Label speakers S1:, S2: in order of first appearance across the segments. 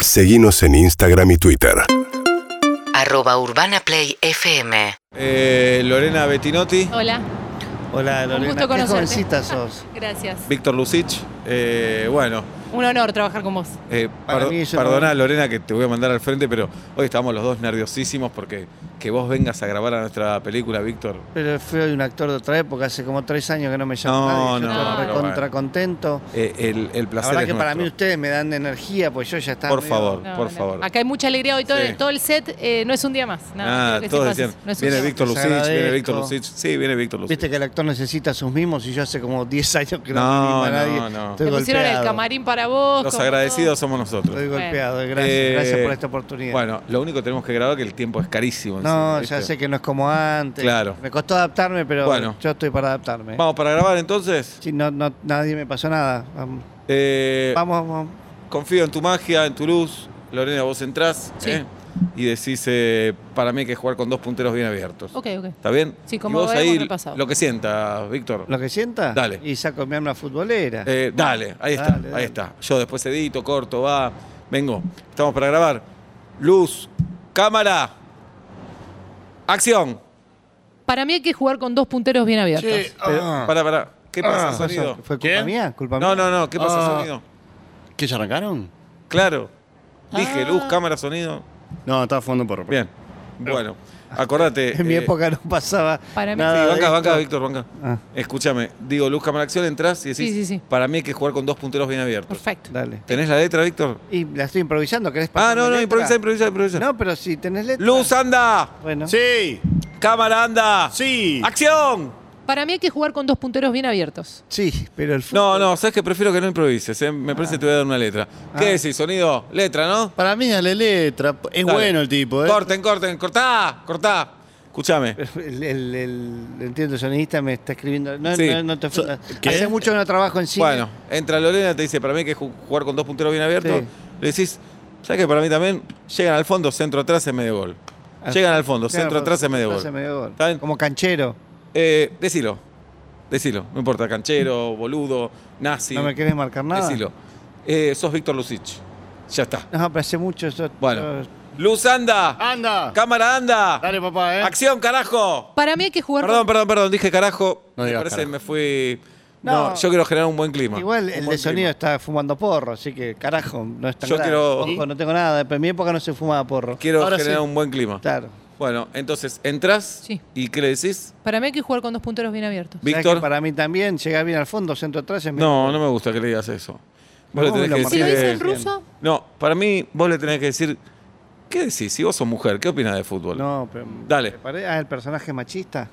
S1: Seguimos en Instagram y Twitter.
S2: arroba urbanaplayfm.
S3: Eh, Lorena Bettinotti.
S4: Hola,
S3: Hola,
S4: un gusto conocerte.
S5: Qué jovencita sos.
S4: Gracias.
S3: Víctor Lucich. Eh, bueno,
S4: Un honor trabajar con vos.
S3: eh,
S5: Para
S3: perdo-
S5: mí es un
S3: perdoná,
S5: honor.
S3: Lorena, que te voy a mandar al frente, pero hoy estábamos los dos nerviosísimos porque que vos vengas a grabar a nuestra película, Víctor.
S5: Pero fui de un actor de otra época, hace como tres años que no me llama
S3: No,
S5: nadie. Yo
S3: no,
S5: estaba
S4: no,
S5: recontra
S3: bueno.
S5: contento.
S3: eh, el, el
S5: La
S3: placer
S5: verdad
S3: es
S5: que para mí
S3: nuestro.
S5: ustedes me dan energía, pues yo ya estaba.
S3: Por
S5: medio-
S3: favor, por favor.
S4: Acá hay mucha alegría hoy, todo,
S3: Sí.
S4: todo el set eh, no es un día más. Nada,
S3: Nada,
S4: quiero que
S3: Ah, todos
S4: sepas
S3: decían,
S4: eso, no es un
S3: viene
S4: día
S3: Víctor
S5: Les
S3: Lucich, viene
S5: agradezco.
S3: Víctor Lucich. Sí, viene Víctor Lucich.
S5: Viste que el actor necesita sus mimos y yo hace como 10 años que no,
S3: No,
S5: me mima
S3: no,
S5: nadie.
S3: no.
S4: más. Te
S5: Estoy
S4: pusieron el
S5: golpeado.
S4: camarín para vos.
S3: Los
S4: como
S3: agradecidos
S4: todo.
S3: somos nosotros.
S5: Estoy
S4: Bueno.
S5: golpeado, gracias,
S3: Eh,
S5: gracias por esta oportunidad.
S3: Bueno, lo único que tenemos que grabar es que el tiempo es carísimo. encima,
S5: no, ya
S3: ¿viste?
S5: sé que no es como antes.
S3: Claro.
S5: Me costó adaptarme, pero
S3: Bueno.
S5: yo estoy para adaptarme.
S3: Vamos para grabar entonces.
S5: Sí, no, no, nadie me pasó nada. Vamos,
S3: Eh,
S5: vamos. vamos.
S3: Confío en tu magia, en tu luz. Lorena, vos entrás
S4: Sí.
S3: ¿eh? y decís, eh, para mí hay que jugar con dos punteros bien abiertos.
S4: Ok, ok.
S3: ¿Está bien?
S4: Sí,
S3: Y
S4: como
S3: vos
S4: habíamos
S3: ahí
S4: repasado.
S3: lo que sientas, Víctor.
S5: ¿Lo que sienta?
S3: Dale.
S5: Y saco mi arma futbolera.
S3: Eh, dale, ahí está,
S5: Dale,
S3: ahí
S5: dale.
S3: está. Yo después edito, corto, va. Vengo, estamos para grabar. Luz, cámara, acción.
S4: Para mí hay que jugar con dos punteros bien abiertos.
S3: Pará, pará. ¿Qué pasa,
S5: ¿Qué pasó?
S3: sonido?
S5: Ah. ¿Fue culpa
S6: ¿Qué?
S5: mía? ¿Culpa
S3: No,
S5: mía?
S3: no, no, ¿qué pasa,
S6: Ah.
S3: sonido?
S6: ¿Qué ya arrancaron?
S3: Claro. Dije,
S4: Ah.
S3: luz, cámara, sonido.
S6: No, estaba fumando porro.
S3: Bien. Bueno, acordate.
S5: En mi
S3: eh,
S5: época no pasaba
S4: Para
S3: Sí,
S4: mí-
S6: Ah,
S5: nada.
S3: banca,
S5: de
S3: banca,
S5: esto.
S3: Víctor, banca.
S5: Ah.
S3: Escúchame, digo, luz, cámara, acción, entras y decís,
S4: Sí, sí, sí.
S3: para mí hay que jugar con dos punteros bien abiertos.
S4: Perfecto.
S5: Dale.
S3: ¿Tenés la letra, Víctor?
S5: Y la estoy improvisando, ¿querés
S3: Ah,
S5: pasarme
S3: no, no,
S5: letra?
S3: improvisa, improvisa, improvisa.
S5: No, pero si tenés letra.
S3: Luz, anda.
S5: Bueno.
S6: Sí,
S3: Cámara, anda.
S6: sí.
S3: ¡Acción!
S4: Para mí hay que jugar con dos punteros bien abiertos.
S5: Sí, pero el fútbol.
S3: No, no, sabes que prefiero que no improvises. eh. Me parece que te voy a dar una letra.
S6: Ah.
S3: ¿Qué decís? Sonido, letra, ¿no?
S6: Para mí dale letra. Es
S3: Dale.
S6: bueno el tipo, ¿eh?
S3: Corten, corten, cortá, cortá. Escúchame.
S5: El, el- el- entiendo, el sonidista me está escribiendo. No,
S3: Sí.
S5: no, no te ofendas.
S6: ¿Qué?
S5: Hace mucho que no trabajo en cine.
S3: Bueno, entra Lorena, te dice, para mí hay que ju- jugar con dos punteros bien abiertos.
S5: Sí.
S3: Le decís, ¿sabes que para mí también? Llegan al fondo, centro atrás es medio gol.
S5: Ah,
S3: Llegan al fondo,
S5: Claro,
S3: centro atrás es medio gol.
S5: atrás es medio gol.
S3: ¿Está bien?
S5: Como canchero.
S3: Eh, decilo. Decilo. No importa, canchero, boludo, nazi.
S5: No me querés marcar nada.
S3: Decilo. Eh, sos Víctor Lucich. Ya está.
S5: No, pero hace mucho eso.
S3: Bueno. Luz anda.
S5: Ah.
S6: Anda.
S3: Cámara anda.
S6: Dale, papá, ¿eh?
S3: Acción, carajo.
S4: Para mí hay que jugar
S3: Perdón,
S4: con...
S3: perdón, perdón. Dije carajo.
S6: No
S3: me
S6: digas
S3: parece que
S6: carajo.
S3: me fui. No.
S5: No.
S3: yo quiero generar un buen clima.
S5: Igual
S3: Un
S5: el de
S3: buen
S5: sonido está fumando porro, así que carajo, no es tan
S3: Yo
S5: grave.
S3: quiero-
S5: Ojo, no tengo nada, pero en mi época no se fumaba porro.
S3: clima. Quiero
S6: Ahora
S3: generar
S6: sí.
S3: un buen clima.
S5: Claro.
S3: Bueno, entonces entras
S4: Sí.
S3: y ¿qué le decís?
S4: Para mí hay que jugar con dos punteros bien abiertos.
S5: ¿Sabés
S3: Víctor.
S5: que Para mí también, llegar bien al fondo, centro atrás es medio-
S3: No, no me gusta que le digas eso. Vos le
S5: No,
S3: tenés
S5: lo
S3: que
S5: marqué
S4: Si lo
S3: decir,
S4: dice
S3: eh,
S4: en ruso,
S3: No, para mí vos le tenés que decir, ¿qué decís? Si vos sos mujer, ¿qué opinas de fútbol? No.
S5: No, pero.
S3: Dale. Eh,
S5: ¿te pare- Ah, el personaje machista.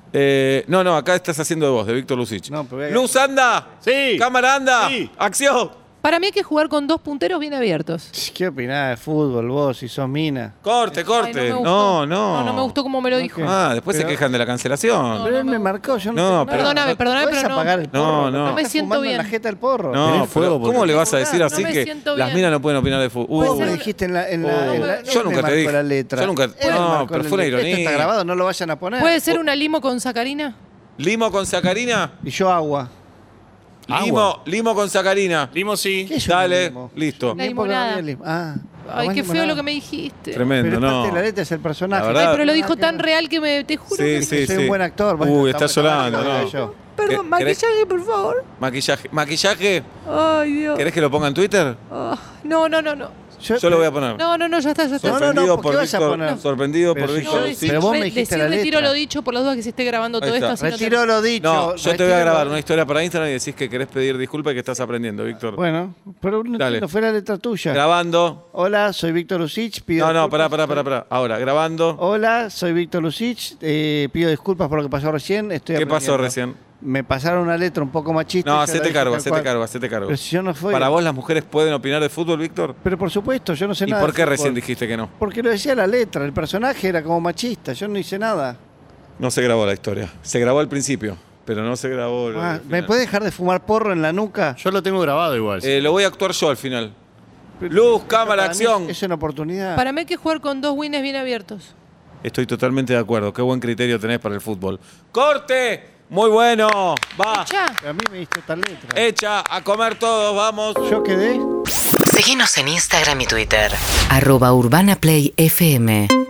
S3: no, no, acá estás haciendo de vos, de Víctor Lucich.
S5: No, pero voy a-
S3: Luz anda,
S6: Sí.
S3: cámara anda,
S6: Sí.
S3: acción,
S4: para mí hay que jugar con dos punteros bien abiertos.
S5: ¿Qué opinás de fútbol vos si sos mina?
S3: corte,
S4: Ay,
S3: corte.
S4: me gustó.
S3: no, no,
S4: No, no me gustó como me lo dijo.
S3: Ah, después se
S5: Pero-
S3: quejan de la cancelación.
S5: pero él me marcó, yo no.
S3: No,
S5: tengo nada.
S3: pero- Perdóname,
S4: perdóname,
S5: ¿Podés
S4: pero no.
S5: apagar el
S3: No, no.
S5: porro?
S4: No me
S5: Estás
S4: siento
S5: fumando en
S4: bien.
S5: la jeta el porro.
S3: No,
S6: Tenés fuego,
S3: pero
S6: porque-
S3: ¿cómo le vas a decir
S4: No
S3: así
S4: me
S3: que
S4: siento
S3: las
S4: bien.
S3: minas no pueden opinar de Uh, fútbol?
S4: Puede
S5: Vos
S4: ser
S5: me
S4: una-
S5: dijiste en la, en la-
S3: Oh.
S5: en la-
S3: Yo nunca
S5: él me
S3: te
S5: marcó
S3: dije.
S5: la letra.
S3: Yo nunca-
S5: Él
S3: No,
S5: marcó
S3: pero
S5: la
S3: fue una
S5: letra. Esto
S3: ironía.
S5: está grabado, no lo vayan a poner.
S4: ¿Puede ser una limo con sacarina?
S3: ¿Limo con sacarina?
S5: Y yo agua.
S6: Agua.
S3: Limo, limo con sacarina.
S6: Limo sí.
S5: ¿Qué es una
S3: Dale,
S5: limo?
S3: listo.
S4: La
S5: Mi época no
S4: limonada.
S5: había lim- Ah,
S4: Ay,
S5: agua
S4: qué feo
S5: limonada.
S4: lo que me dijiste.
S5: Pero
S3: Tremendo,
S5: es parte
S3: no.
S5: de la letra es el personaje.
S3: La verdad-
S4: Ay, pero lo dijo
S5: Nada que
S4: tan
S5: ver.
S4: real que me te juro.
S3: Ah, Sí,
S4: que-
S3: sí,
S5: soy
S3: sí.
S5: un buen actor. bueno,
S3: Uy, está
S5: estamos trabajando
S3: llorando,
S5: de
S3: no.
S5: ello.
S4: Perdón,
S3: ¿Querés-
S4: maquillaje, por favor.
S3: Maquillaje. ¿Maquillaje?
S4: Ay, Dios.
S3: ¿Querés que lo ponga en Twitter?
S4: Ah, no, no, no, no.
S3: Yo lo voy a poner.
S4: No, no, no, ya está, ya está.
S5: No, no,
S3: Sorprendido
S5: ¿por qué
S3: por
S5: vas a
S3: Víctor.
S5: poner?
S3: Sorprendido
S5: Pero
S3: por
S4: No,
S5: si
S3: Víctor
S5: yo-
S4: decí-
S3: Lucich.
S5: Pero vos me
S4: re-
S5: dijiste
S4: decí
S5: la
S4: retiro
S5: letra.
S4: lo dicho por las dudas que se esté grabando
S3: Ahí
S4: todo
S3: está.
S4: esto. así no te-
S5: Retiro lo dicho.
S3: No, yo te voy a
S5: retiro
S3: grabar
S5: lo-
S3: una historia para Instagram y decís que querés pedir disculpas y que estás aprendiendo, Víctor.
S5: Bueno, pero no
S3: Dale.
S5: entiendo, fue la letra tuya.
S3: Grabando.
S5: Hola, soy Víctor Lucich. Pido
S3: No, no, pará,
S5: disculpas. Oh,
S3: pará, pará, pará. Ahora, grabando.
S5: Hola, soy Víctor Lucich. eh, pido disculpas por lo que pasó recién. Estoy
S3: ¿Qué pasó
S5: aprendiendo. Me pasaron una letra un poco machista.
S3: No,
S5: y yo la
S3: hacete
S5: dije
S3: cargo,
S5: tal
S3: hacete
S5: cual.
S3: cargo, hacete cargo.
S5: Pero si yo no fui.
S3: ¿Para vos las mujeres pueden opinar de fútbol, Víctor?
S5: Pero por supuesto, yo no sé
S3: ¿Y
S5: nada. de
S3: por qué recién
S5: fútbol.
S3: dijiste que no?
S5: Porque lo decía la letra, el personaje era como machista, yo no hice nada.
S3: No se grabó la historia. Se grabó al principio, pero no se grabó. lo
S5: Ah,
S3: del
S5: ¿Me
S3: final.
S5: puede dejar de fumar porro en la nuca?
S6: Yo lo tengo grabado igual.
S3: Eh, lo voy a actuar yo al final. Luz, cámara,
S5: Para mí
S3: acción.
S5: Es una oportunidad.
S4: Para mí hay que jugar con dos wins bien abiertos.
S3: Estoy totalmente de acuerdo. Qué buen criterio tenés para el fútbol. ¡Corte! Muy bueno. Va.
S4: Ya.
S5: A mí me diste esta letra.
S3: Hecha. A comer todos. Vamos.
S5: Yo quedé.
S2: Seguinos en Instagram y Twitter. Arroba Urbana Play FM